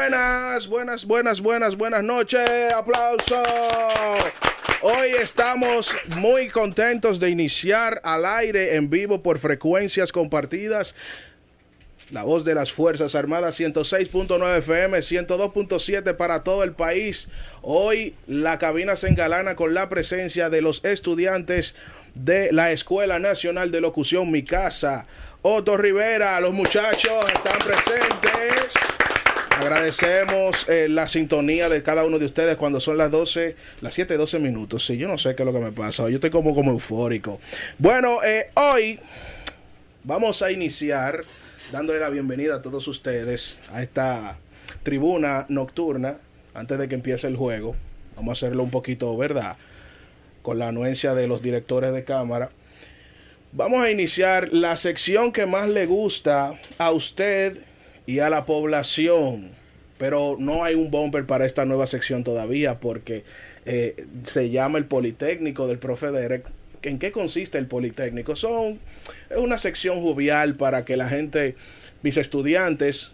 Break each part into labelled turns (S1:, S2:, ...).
S1: buenas, buenas, buenas, buenas, buenas noches. Aplauso. Hoy estamos muy contentos de iniciar al aire en vivo por frecuencias compartidas. La voz de las Fuerzas Armadas 106.9 FM, 102.7 para todo el país. Hoy la cabina se engalana con la presencia de los estudiantes de la Escuela Nacional de Locución Mi Casa. Otto Rivera, los muchachos están presentes. Agradecemos eh, la sintonía de cada uno de ustedes cuando son las 12, las 7, 12 minutos. Sí, yo no sé qué es lo que me pasa. Yo estoy como, como eufórico. Bueno, eh, hoy vamos a iniciar dándole la bienvenida a todos ustedes a esta tribuna nocturna antes de que empiece el juego. Vamos a hacerlo un poquito, ¿verdad? Con la anuencia de los directores de cámara. Vamos a iniciar la sección que más le gusta a usted y a la población. Pero no hay un bumper para esta nueva sección todavía porque eh, se llama el Politécnico del profe Derek. ¿En qué consiste el Politécnico? Son es una sección jovial para que la gente, mis estudiantes,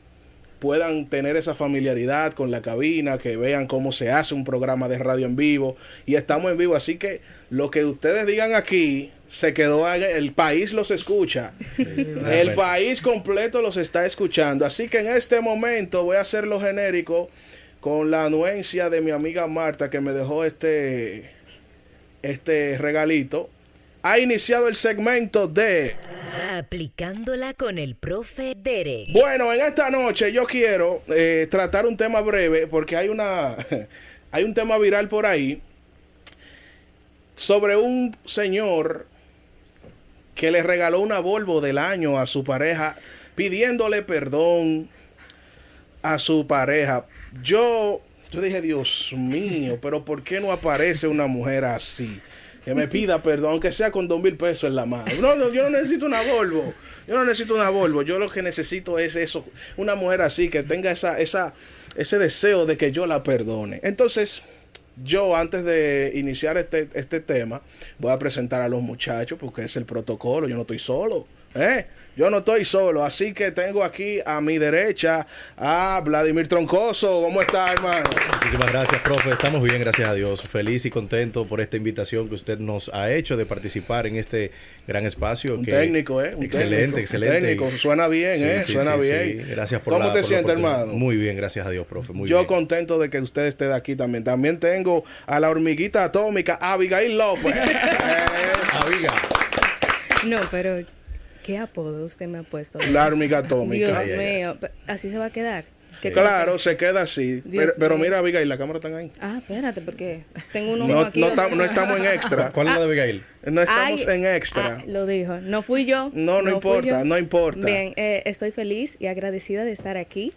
S1: puedan tener esa familiaridad con la cabina, que vean cómo se hace un programa de radio en vivo. Y estamos en vivo, así que lo que ustedes digan aquí se quedó, ahí, el país los escucha. El país completo los está escuchando. Así que en este momento voy a hacerlo genérico con la anuencia de mi amiga Marta que me dejó este, este regalito. Ha iniciado el segmento de...
S2: Aplicándola con el profe Derek.
S1: Bueno, en esta noche yo quiero eh, tratar un tema breve porque hay una hay un tema viral por ahí sobre un señor que le regaló una Volvo del año a su pareja pidiéndole perdón a su pareja. Yo yo dije, "Dios mío, pero ¿por qué no aparece una mujer así?" que me pida perdón, que sea con dos mil pesos en la mano. No, no, yo no necesito una Volvo. Yo no necesito una Volvo. Yo lo que necesito es eso. Una mujer así, que tenga esa, esa, ese deseo de que yo la perdone. Entonces, yo antes de iniciar este, este tema, voy a presentar a los muchachos porque es el protocolo. Yo no estoy solo. ¿eh? Yo no estoy solo. Así que tengo aquí a mi derecha a Vladimir Troncoso. ¿Cómo está, hermano?
S3: Muchísimas gracias, profe. Estamos bien, gracias a Dios. Feliz y contento por esta invitación que usted nos ha hecho de participar en este gran espacio.
S1: Un
S3: que-
S1: técnico, ¿eh? Un
S3: excelente,
S1: técnico,
S3: excelente.
S1: un técnico. Suena bien,
S3: Sí,
S1: ¿eh?
S3: sí,
S1: Suena
S3: sí,
S1: bien.
S3: sí. Gracias por
S1: ¿Cómo
S3: la-
S1: te
S3: por la
S1: sientes,
S3: oportunidad.
S1: hermano?
S3: Muy bien, gracias a Dios, profe. Muy
S1: Yo
S3: bien.
S1: contento de que usted esté aquí también. También tengo a la hormiguita atómica, Abigail López. Es
S3: Abiga.
S4: No, pero ¿qué apodo usted me ha puesto?
S1: la hormiga
S4: Dios
S1: atómica.
S3: ay, ay.
S4: mío, pe- así se va a quedar. ¿Qué cosa?
S1: Claro, se queda así.
S4: Dios
S1: Pero, pero
S4: mío.
S1: mira, Abigail, la cámara está ahí.
S4: Ah, espérate, porque tengo uno
S1: No,
S4: aquí.
S1: no tam- no estamos en extra.
S3: ¿Cuál es la de Abigail?
S1: No estamos
S4: Ay,
S1: en extra.
S4: ah, lo dijo. No fui yo.
S1: No, no
S4: fui
S1: importa,
S4: yo.
S1: no importa.
S4: Bien, eh, estoy feliz y agradecida de estar aquí,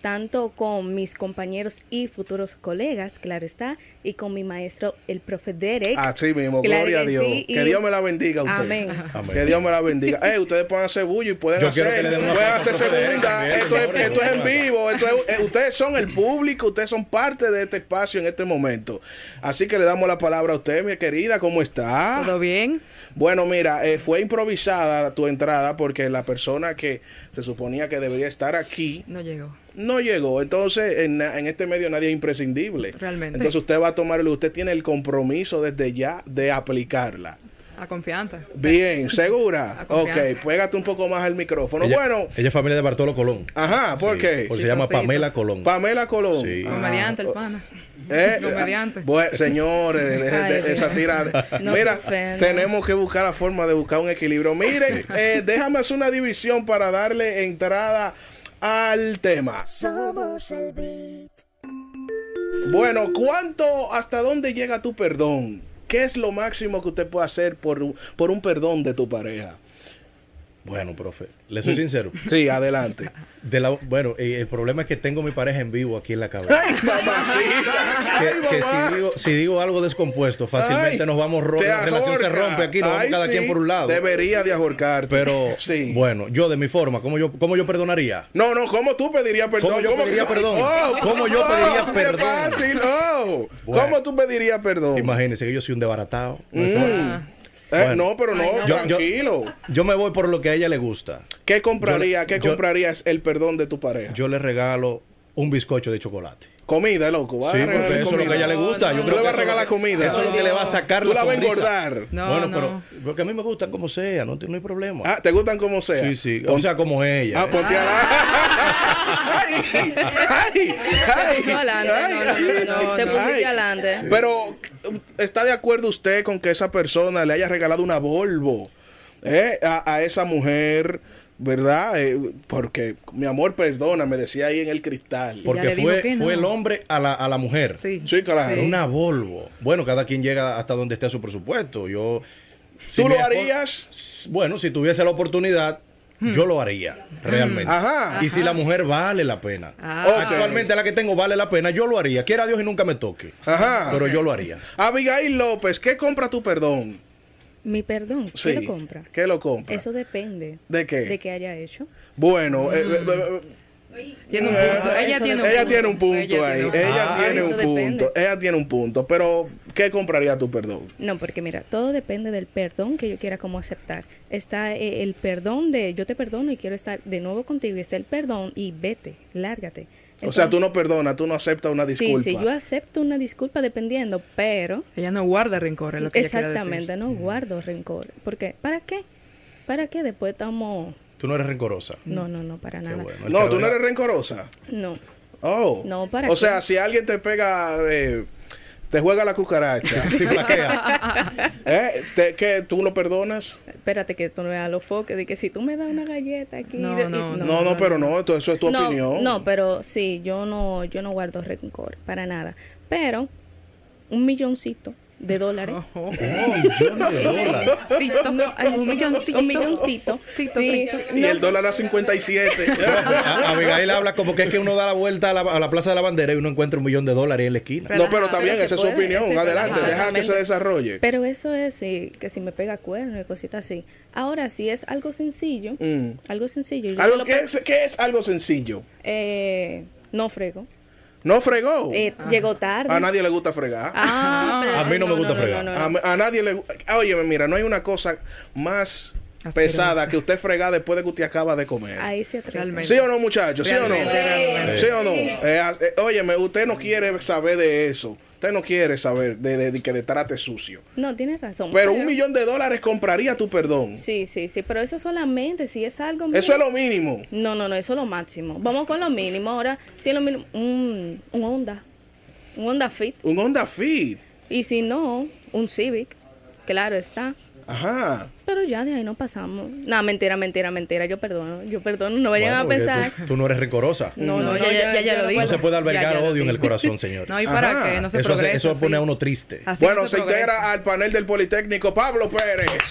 S4: tanto con mis compañeros y futuros colegas, claro está, y con mi maestro, el profe Derek.
S1: Así mismo,
S4: Claro
S1: gloria a
S4: que
S1: Dios.
S4: sí, y-
S1: Que Dios me la bendiga a usted.
S4: Amén.
S3: Amén.
S1: Que Dios me la bendiga. Eh, ustedes pueden hacer bullo y pueden
S3: Yo
S1: hacer,
S3: quiero que le den un
S1: pueden hacer
S3: aplauso a ustedes,
S1: segunda.
S3: también,
S1: Esto es,
S3: señores.
S1: esto es en vivo. Esto es- eh, ustedes son el público, ustedes son parte de este espacio en este momento. Así que le damos la palabra a usted, mi querida. ¿Cómo está?
S5: ¿Todo bien?
S1: Bueno, mira, eh, fue improvisada tu entrada porque la persona que se suponía que debería estar aquí
S5: No llegó.
S1: no llegó. Entonces, en, en este medio nadie es imprescindible.
S5: Realmente.
S1: Entonces, usted va a tomarlo. Usted tiene el compromiso desde ya de aplicarla.
S5: A confianza.
S1: Bien, ¿segura?
S5: A
S1: Ok,
S5: confianza.
S1: pégate un poco más al micrófono.
S3: Ella,
S1: bueno,
S3: ella es familia de Bartolo Colón.
S1: ajá, ¿por
S3: Sí,
S1: qué?
S3: porque se llama
S5: Chistosito.
S3: Pamela Colón.
S1: Pamela Colón.
S3: Sí.
S1: Ah,
S5: Comediante, el pana.
S1: eh,
S5: Comediante.
S1: bueno, señores, dejen de-
S4: Ay, Dios.
S1: esa tirada.
S4: No se
S1: Mira,
S4: ofenda.
S1: tenemos que buscar la forma de buscar un equilibrio. Miren, eh, déjame hacer una división para darle entrada al tema. Bueno, ¿cuánto, hasta dónde llega tu perdón? ¿Qué es lo máximo que usted puede hacer por, un- por un perdón de tu pareja?
S3: Bueno, profe, le soy sincero.
S1: Sí, adelante.
S3: De la, bueno, eh, el problema es que tengo mi pareja en vivo aquí en la cabeza.
S1: ¡Ay, mamacita!
S3: Que,
S1: ¡Ay,
S3: que
S1: mamá!
S3: si, digo, si digo algo descompuesto, fácilmente
S1: Ay,
S3: nos vamos ro-
S1: te
S3: La relación se
S1: ahorca.
S3: rompe aquí, nos vamos
S1: Ay,
S3: cada
S1: sí,
S3: quien por un lado.
S1: Debería de ahorcarte.
S3: Pero,
S1: sí.
S3: bueno, yo de mi forma, ¿cómo yo, cómo yo perdonaría?
S1: No, no, ¿cómo tú pedirías perdón?
S3: ¿Cómo yo pediría perdón?
S1: Oh,
S3: ¿Cómo yo
S1: oh,
S3: pediría
S1: así de
S3: perdón?
S1: fácil, oh.
S3: Bueno.
S1: ¿Cómo tú pedirías perdón?
S3: Imagínense que yo soy un desbaratado. No
S1: Mm.
S3: hay forma.
S5: Ah,
S1: Eh,
S3: Bueno.
S1: No, pero no,
S5: Ay,
S3: Yo-
S5: no.
S3: yo-
S1: tranquilo.
S3: Yo me voy por lo que a ella le gusta.
S1: ¿Qué compraría,
S3: Yo-
S1: qué
S3: yo-
S1: comprarías el perdón de tu pareja?
S3: Yo le regalo un bizcocho de chocolate.
S1: Comida, loco. va a
S3: Sí,
S1: regalar
S3: porque eso es lo que
S1: comida.
S3: a ella le gusta.
S5: No,
S3: Yo
S5: no,
S1: no.
S3: creo que
S1: Le va a
S3: eso es lo
S1: regalar
S3: que-
S1: comida.
S3: Eso es lo que le va a sacar
S1: Tú la vas a
S3: sonrisa.
S1: engordar.
S5: No,
S3: bueno,
S5: no.
S3: pero porque a mí me gustan como sea, no, no hay problema.
S1: Ah, ¿te gustan como sea?
S3: sí, sí. O sea, como ella.
S1: Ah,
S3: eh.
S1: ponte a la- Ay, ay, ay,
S4: Puso adelante,
S1: ay,
S4: no, no, no, te
S1: ay.
S4: pusiste adelante.
S1: Pero, um, ¿está de acuerdo usted con que esa persona le haya regalado una Volvo eh, a, a esa mujer? ¿Verdad? Eh, porque, mi amor, perdona, me decía ahí en el cristal.
S5: Por-
S3: Porque
S5: le dijo
S3: fue,
S5: que no.
S3: fue el hombre a la, a la mujer.
S5: Sí.
S1: Sí, claro.
S5: Sí.
S3: Una Volvo. Bueno, cada quien llega hasta donde esté su presupuesto. Yo. si
S1: ¿Tú
S3: mi
S1: lo
S3: esposa-
S1: harías? Hmm.
S3: Bueno, si tuviese la oportunidad, yo lo haría, realmente.
S1: Ajá. Ah,
S3: Y si la mujer vale la pena.
S1: Ok.
S3: Actualmente la que tengo vale la pena, yo lo haría. Quiera Dios y nunca me toque.
S1: Ajá.
S3: Pero yo lo haría.
S1: Abigail López, ¿qué compra tu perdón?
S4: Mi perdón, ¿quién
S1: Sí.
S4: lo compra?
S1: ¿Qué lo compra?
S4: Eso depende
S1: ¿De qué?
S4: de qué haya hecho.
S1: Bueno, eh, eh, eh,
S5: Tiene un
S1: Eh,
S5: punto. Ella
S4: eso
S5: tiene un
S1: ella
S5: punto.
S1: tiene un punto
S5: Ella
S1: ahí.
S5: tiene un-
S1: Ella
S3: Ah.
S1: tiene un
S4: Eso depende.
S1: punto. Ella tiene un punto. Pero, ¿qué compraría tu perdón?
S4: No, porque mira, todo depende del perdón que yo quiera como aceptar. Está eh, el perdón de yo te perdono y quiero estar de nuevo contigo. Y está el perdón y vete, lárgate.
S1: o sea, tú
S4: Entonces-
S1: no perdonas, tú no aceptas una disculpa.
S4: Sí, sí, yo acepto una disculpa dependiendo, pero...
S5: Ella no guarda rencor, es lo que ella quiere
S4: Exactamente,
S5: decir.
S1: Mm.
S4: no guardo rencor. Porque, ¿para qué? ¿Para qué después estamos...?
S3: Tú no eres rencorosa.
S1: Mm.
S4: No, no, no, para
S3: Qué
S4: nada.
S3: bueno. El que
S1: no,
S3: lo
S1: tú no
S3: diga-
S1: eres rencorosa.
S4: No.
S1: Oh.
S4: No, ¿para
S1: O
S4: qué?
S1: sea, si alguien te pega, eh, te juega la cucaracha,
S3: Sí, flaquea.
S1: ¿eh? Te- ¿Qué? ¿Tú lo perdonas?
S4: Espérate que tú no veas los foques de que si tú me das una galleta aquí...
S5: No,
S4: de- y-
S5: no,
S1: No, no, pero no, esto- eso es tu
S4: no,
S1: opinión.
S4: No, pero sí, yo no, yo no guardo rencor para nada. Pero un milloncito de dólares.
S5: Ojo.
S3: Un millón de dólares.
S5: Sí, no, ay, un milloncito.
S4: Un milloncito.
S5: Sí,
S4: Sí.
S1: Y el dólar a 57.
S3: Profe, a- Abigail habla como que es que uno da la vuelta a la, a la Plaza de la Bandera y uno encuentra un millón de dólares en la esquina.
S1: no, pero
S5: Relajado.
S1: también,
S4: Pero
S1: esa
S4: se
S1: es su
S4: puede,
S1: opinión.
S4: se puede,
S1: Adelante, deja que se
S4: exactamente.
S1: desarrolle.
S4: Pero eso es sí, que si me pega cuerno y cositas así. Ahora, si es algo sencillo,
S1: Mm.
S4: algo sencillo. yo
S1: algo
S4: solo
S1: que
S4: pe-
S1: es, que es algo sencillo.
S4: eh, no frego.
S1: No fregó.
S4: Eh, llegó tarde.
S1: a nadie le gusta fregar.
S4: Ah, pero-
S3: A mí no me gusta fregar.
S4: no, no.
S1: A, a nadie le. Oye, mira, no hay una cosa más
S5: Asquerosa.
S1: pesada que usted fregar después de que usted acaba de comer.
S4: Ahí se atreve.
S5: Realmente.
S1: ¿Sí o no, muchachos? ¿Sí o no?
S5: Realmente, realmente.
S1: ¿Sí o no? Eh, a- eh, óyeme, usted no quiere saber de eso. Usted no quiere saber de, de- de que le trate sucio.
S4: No, tienes razón.
S1: Pero un millón de dólares compraría tu perdón.
S4: Sí, sí, sí. Pero eso solamente si es algo.
S1: Eso
S4: mira,
S1: es lo mínimo.
S4: No, no, no, eso es lo máximo. Vamos con lo mínimo. Ahora, si es lo mínimo, un, un Honda. Un Honda Fit.
S1: Un Honda Fit.
S4: Y si no, un Civic. Claro está.
S1: Ajá.
S4: Pero ya de ahí no pasamos. No, mentira, mentira, mentira. Yo perdono. Yo perdono. No vayan
S3: Bueno,
S4: a
S3: porque
S4: pensar.
S3: tú, tú no eres rencorosa.
S4: No, no, no.
S5: ya, ya, ya,
S4: yo-
S5: ya
S4: yo
S5: lo dijo.
S3: No se puede albergar
S5: Ya, ya lo
S3: odio en el
S5: dijo.
S3: corazón, señor.
S5: No, y para
S1: Ajá.
S5: qué, no se
S3: eso, hace-
S5: progresa,
S3: eso pone
S5: sí. Ah.
S3: a uno triste.
S5: Así no
S1: bueno, se
S5: progresa.
S1: integra al panel del Politécnico Pablo Pérez.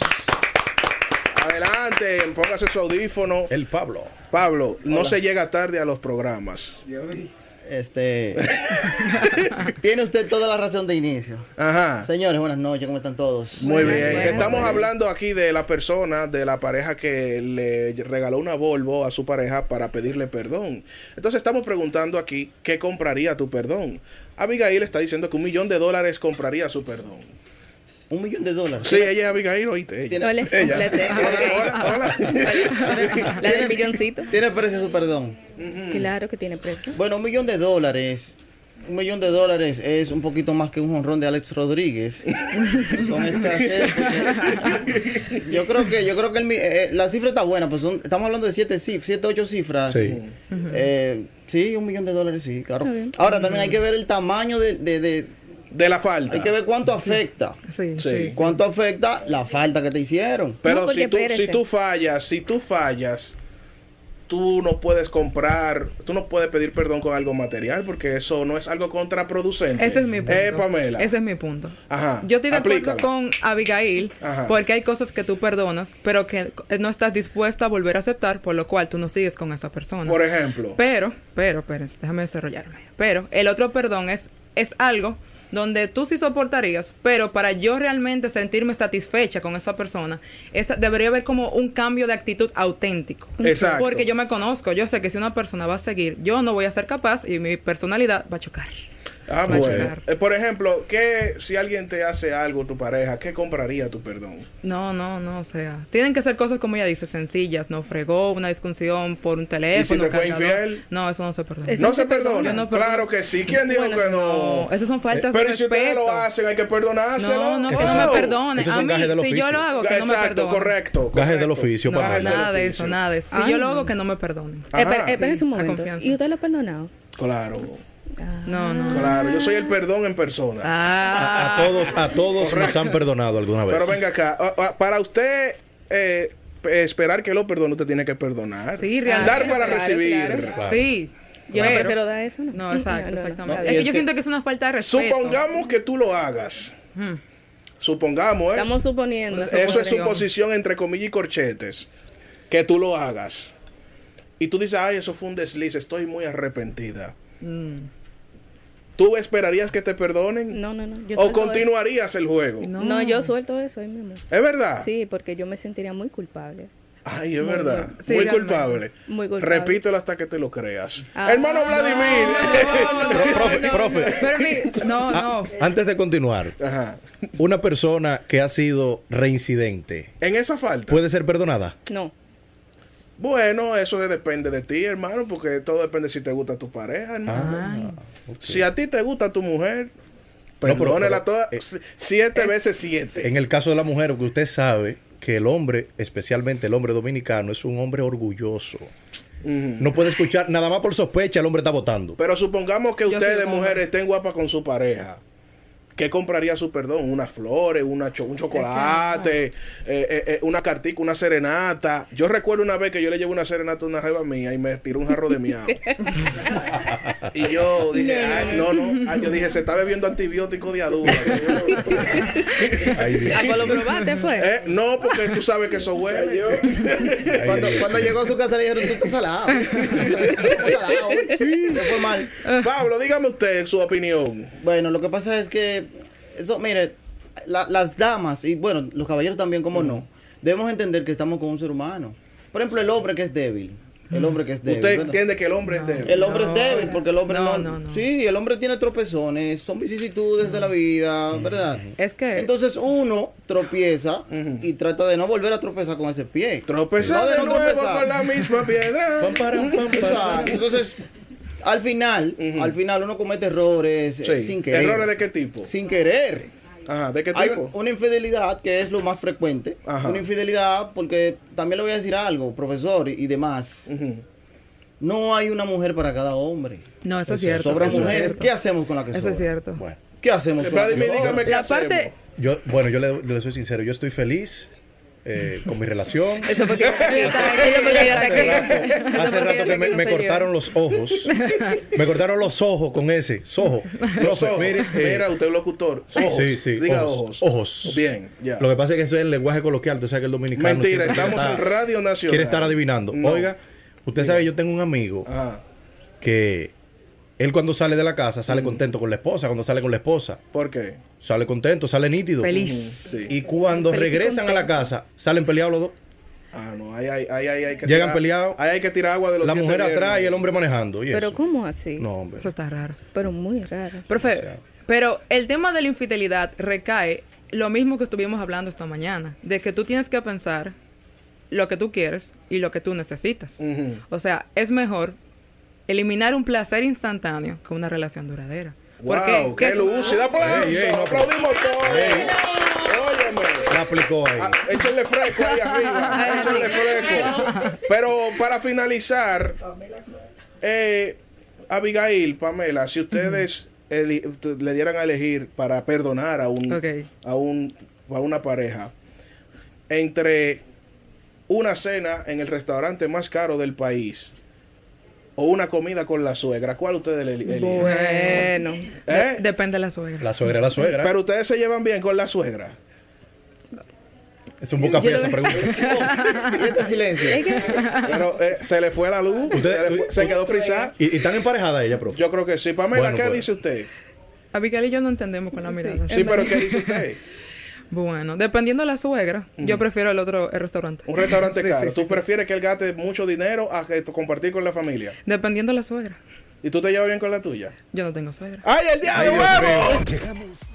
S1: Adelante, póngase su audífono.
S3: El Pablo.
S1: Pablo, no se llega tarde a los programas.
S6: Este. tiene usted toda la razón de inicio.
S1: Ajá.
S6: Señores, buenas noches, ¿cómo están todos?
S1: Muy
S5: Buenas,
S1: bien,
S5: buenas.
S1: que estamos hablando aquí de la persona, de la pareja que le regaló una Volvo a su pareja para pedirle perdón. Entonces estamos preguntando aquí, ¿qué compraría tu perdón? Abigail está diciendo que un millón de dólares compraría su perdón.
S6: Un millón de dólares.
S1: Sí, ella es Abigail, oíste. Ella.
S4: Hola, un
S1: Ella.
S4: placer.
S1: Hola, hola, hola.
S4: La del milloncito.
S6: ¿Tiene precio su perdón?
S4: Claro que tiene precio.
S6: Bueno, un millón de dólares. Un millón de dólares es un poquito más que un jonrón de Alex Rodríguez. Con escasez. porque- Yo creo que, yo creo que el mi- eh, eh, la cifra está buena, pues son- estamos hablando de siete, cif- siete ocho cifras.
S3: Sí.
S6: Eh, sí, un millón de dólares, sí, claro. Ahora también hay que ver el tamaño de- de- de
S1: De la falta.
S6: hay que ver cuánto afecta.
S5: Sí,
S1: Sí.
S5: sí.
S6: ¿Cuánto afecta la falta que te hicieron?
S1: Pero si,
S4: No, porque
S1: tú, si
S4: espérese.
S1: tú fallas, si tú fallas, tú no puedes comprar, tú no puedes pedir perdón con algo material porque eso no es algo contraproducente.
S5: Ese es mi punto.
S1: Eh, Pamela.
S5: Ese es mi punto.
S1: Ajá.
S5: Yo estoy de
S1: Aplícala.
S5: acuerdo con Abigail
S1: Ajá.
S5: porque hay cosas que tú perdonas, pero que no estás dispuesta a volver a aceptar, por lo cual tú no sigues con esa persona.
S1: Por ejemplo.
S5: Pero, pero, pero, déjame desarrollarme. Pero el otro perdón es, es algo donde tú sí soportarías, pero para yo realmente sentirme satisfecha con esa persona, esa, debería haber como un cambio de actitud auténtico.
S1: Exacto.
S5: Porque yo me conozco, yo sé que si una persona va a seguir, yo no voy a ser capaz y mi personalidad va a chocar.
S1: Ah, bueno.
S5: machucar.
S1: Eh, por ejemplo, ¿qué, si alguien te hace algo, tu pareja, ¿qué compraría tu perdón?
S5: No, no, no, o sea, tienen que ser cosas como ella dice, sencillas, no fregó, una discusión por un teléfono.
S1: te fue
S5: cargador.
S1: infiel?
S5: No, eso no se perdona.
S4: Eso
S1: No
S4: no
S1: se
S4: se perdona,
S1: perdona.
S5: no perdona.
S1: claro que sí. ¿Quién dijo
S5: Bueno,
S1: que no?
S5: no. Esas son faltas
S1: Eh, Pero
S5: de
S1: si ustedes lo
S5: respeto.
S1: hacen, hay que perdonárselo.
S5: No, no, que
S3: Eso
S5: no
S3: es-
S5: me perdone.
S3: esos
S5: A
S3: son
S5: mí,
S3: gajes del
S5: si yo
S3: oficio.
S5: lo hago, que no me
S1: Exacto,
S5: perdone.
S1: correcto.
S3: Gajes del
S1: correcto.
S3: oficio,
S5: No,
S3: papá.
S1: Gajes del
S5: nada de
S1: oficio.
S5: eso, nada de eso. Si
S4: Ay,
S5: yo lo hago,
S4: no.
S5: que no me perdonen.
S1: Ajá.
S4: Espera, espera
S5: Sí,
S4: un
S5: a
S4: momento.
S5: confianza.
S4: ¿Y usted lo ha perdonado?
S1: Claro,
S5: No, no.
S1: claro. Yo soy el perdón en persona.
S3: A,
S5: Ah,
S3: a todos, a todos nos han perdonado alguna
S4: pues.
S3: vez.
S1: Pero venga acá, ah, ah, para usted eh, pe- esperar que lo perdone, usted tiene que perdonar.
S5: sí, realmente.
S1: Dar para
S5: claro,
S1: recibir.
S5: claro. Sí.
S4: Yo
S5: pero-
S4: no prefiero dar eso, ¿no?
S5: No, exacto,
S4: No, no, no.
S5: exactamente.
S6: No, y
S5: Es que yo
S6: es que-
S5: siento que es una falta de respeto.
S1: Supongamos que tú lo hagas.
S5: Mm.
S1: Supongamos, ¿eh?
S4: Hmm. Estamos suponiendo.
S5: Una
S1: Eso es
S5: suposición.
S1: suposición entre comillas y corchetes. Que tú lo hagas. Y tú dices, ay, eso fue un desliz, estoy muy arrepentida.
S5: Mm.
S1: ¿Tú esperarías que te perdonen?
S4: No, no, no. Yo
S1: ¿O
S4: suelto
S1: continuarías el juego?
S4: eso. No, yo suelto eso ahí mismo.
S1: ¿Es verdad?
S4: Sí, porque yo me sentiría muy culpable.
S1: Ay, es verdad.
S5: Sí,
S1: muy
S5: realmente.
S1: culpable. Ah.
S4: Muy culpable.
S1: Repítelo hasta que te lo creas.
S4: Ah,
S1: Hermano
S4: no,
S1: Vladimir.
S5: No, no,
S3: Profe,
S5: no,
S3: profe.
S5: no. Pero mi- no,
S3: Ah,
S5: no.
S3: Antes de continuar,
S1: Ajá.
S3: una persona que ha sido reincidente
S1: En esa falta.
S3: puede ser perdonada.
S4: No.
S1: Bueno, eso de- depende de ti, hermano, porque todo depende si te gusta tu pareja, hermano. Ah,
S5: Ay.
S1: Si a ti te gusta tu mujer,
S3: pero-
S1: perdónela
S3: pero,
S1: toda
S3: eh,
S1: si- siete veces siete.
S3: En el caso de la mujer, que usted sabe que el hombre, especialmente el hombre dominicano, es un hombre orgulloso.
S1: Ujú.
S3: No puede escuchar, nada más por sospecha, el hombre está votando.
S1: Pero supongamos que
S5: Yo
S1: ustedes,
S5: supongo.
S1: mujeres, estén guapas con su pareja. ¿Qué compraría su perdón? ¿Unas flores, una cho- un chocolate, eh, eh, eh, una cartica, una serenata? Yo recuerdo una vez que yo le llevé una serenata a una jeva mía y me tiró un jarro de miau. y yo dije, "Ay, no, no. Ah, yo dije, se está bebiendo antibiótico de adulto.
S3: Ay, Dios.
S4: Ah, pues lo probaste, fue.
S1: Eh, no, porque tú sabes que eso huele.
S3: Ay,
S6: Cuando,
S3: Dios.
S6: cuando llegó a su casa le dijeron, tú estás salado. Estás salado. No fue mal.
S1: Pablo, dígame usted su opinión.
S6: Bueno, lo que pasa es que, eso, mire, la- las damas, y bueno, los caballeros también, como no, debemos entender que estamos con un ser humano. Por ejemplo, el hombre que es débil. El hombre que es débil.
S1: Usted
S6: ¿verdad?
S1: entiende que el hombre es débil.
S6: El hombre
S5: No.
S6: es débil porque el hombre
S5: No,
S6: no,
S5: no, no.
S6: Sí, el hombre tiene tropezones, son vicisitudes de la vida, ¿verdad?
S5: Mm. Es que-
S6: Entonces uno tropieza y trata de no volver a tropezar con ese pie.
S1: Tropezar
S6: No,
S1: de
S6: no
S1: nuevo
S6: tropezar.
S1: con la misma piedra.
S3: Pam, param, pam, param.
S6: Exacto. Entonces, al final, al final uno comete errores eh,
S1: Sí.
S6: sin querer.
S1: ¿Errores de qué tipo?
S6: Sin querer.
S1: Ajá, ¿de qué
S6: Hay
S1: tipo?
S6: una infidelidad que es lo más frecuente.
S1: Ajá.
S6: Una infidelidad porque también le voy a decir algo, profesor y, y demás.
S1: Ujú.
S6: No hay una mujer para cada hombre.
S5: No, eso es cierto.
S6: Sobran
S5: eso es
S6: mujeres.
S5: cierto.
S6: ¿Qué hacemos con la que
S5: Eso es
S6: sobra?
S5: cierto.
S3: Bueno,
S6: ¿Qué hacemos con la que
S1: Vladimir,
S6: sobra?
S1: dígame qué
S5: La parte.
S1: hacemos.
S3: yo, bueno, yo le, le soy sincero, yo estoy feliz eh, con mi relación.
S5: Eso fue que yo
S3: Hace rato- Hace rato que me, me cortaron los ojos. Me cortaron los ojos con ese. Sojo.
S1: Los
S3: Profe,
S1: ojos.
S3: mire, eh,
S1: Mira, usted es locutor. Ojos.
S3: Sí, sí.
S1: Diga
S3: ojos.
S1: ojos.
S3: Ojos.
S1: Bien, ya.
S3: Lo que pasa es que eso es el lenguaje coloquial. Tú sabes que el dominicano.
S1: Mentira,
S3: siempre quiere
S1: estamos en
S3: estar-
S1: Radio Nacional.
S3: Quiere estar adivinando.
S1: No. Ah.
S3: Oiga, usted sabe, yo tengo un amigo
S1: Ajá.
S3: que él cuando sale de la casa sale contento con la esposa. Cuando sale con la esposa,
S1: ¿Por qué?
S3: sale contento, sale nítido.
S5: Feliz.
S1: Sí.
S3: Y cuando
S4: Feliz y
S3: regresan a la casa, salen peleados los dos.
S1: Ah, no, ahí, hay- ahí, ahí hay que
S3: Llegan
S1: tirar-
S3: peleados.
S1: Ahí hay que tirar agua de los
S3: La
S1: siete
S3: mujer
S1: viernes.
S3: atrás y el hombre manejando. ¿Y
S4: Pero
S3: eso?
S4: ¿cómo así?
S3: No, hombre.
S5: Eso está raro.
S4: Pero muy raro.
S5: Profe,
S3: Demasiado.
S5: pero el tema de la infidelidad recae lo mismo que estuvimos hablando esta mañana, de que tú tienes que pensar lo que tú quieres y lo que tú necesitas.
S1: Ujú.
S5: O sea, es mejor eliminar un placer instantáneo que una relación duradera.
S1: Wow, qué Ah.
S5: es-
S1: lúcida. Aplausos.
S3: Ey, ey, no,
S1: Aplaudimos todos.
S3: Ey.
S1: Óyeme.
S3: La aplicó ahí.
S1: Ah, échenle fresco ahí arriba. échenle fresco. Pero para finalizar, eh, Abigail, Pamela, si ustedes eli- tu- le dieran a elegir para perdonar a un,
S5: Ok.
S1: a un a una pareja entre una cena en el restaurante más caro del país o una comida con la suegra, ¿cuál ustedes le eligen?
S4: Bueno.
S1: ¿Eh?
S5: Depende de la suegra.
S3: La suegra, la suegra.
S1: Pero ustedes se llevan bien con la suegra.
S3: es un boca fría esa pregunta.
S6: Y este silencio.
S4: Es que-
S1: Pero eh, se le fue la luz,
S3: Usted-
S1: se, le fue- se quedó frisada.
S3: ¿Y, y están emparejadas ella, profe?
S1: Yo creo que sí. Pamela,
S3: Bueno,
S1: ¿qué
S3: pues.
S1: dice usted?
S5: Abigail y yo no entendemos con la mirada.
S1: Sí, pero ¿qué dice usted?
S5: Bueno, dependiendo de la suegra, yo prefiero el otro el restaurante.
S1: Un restaurante
S5: Sí,
S1: caro.
S5: sí,
S1: ¿Tú
S5: sí, sí.
S1: prefieres que él gaste mucho dinero a que tú compartir eh, con la familia?
S5: Dependiendo de la suegra.
S1: ¿Y tú te llevas bien con la tuya?
S7: Yo no tengo suegra.
S1: ¡Ay, el día de
S5: Ay, Dios
S1: huevo!
S5: mío.
S3: Llegamos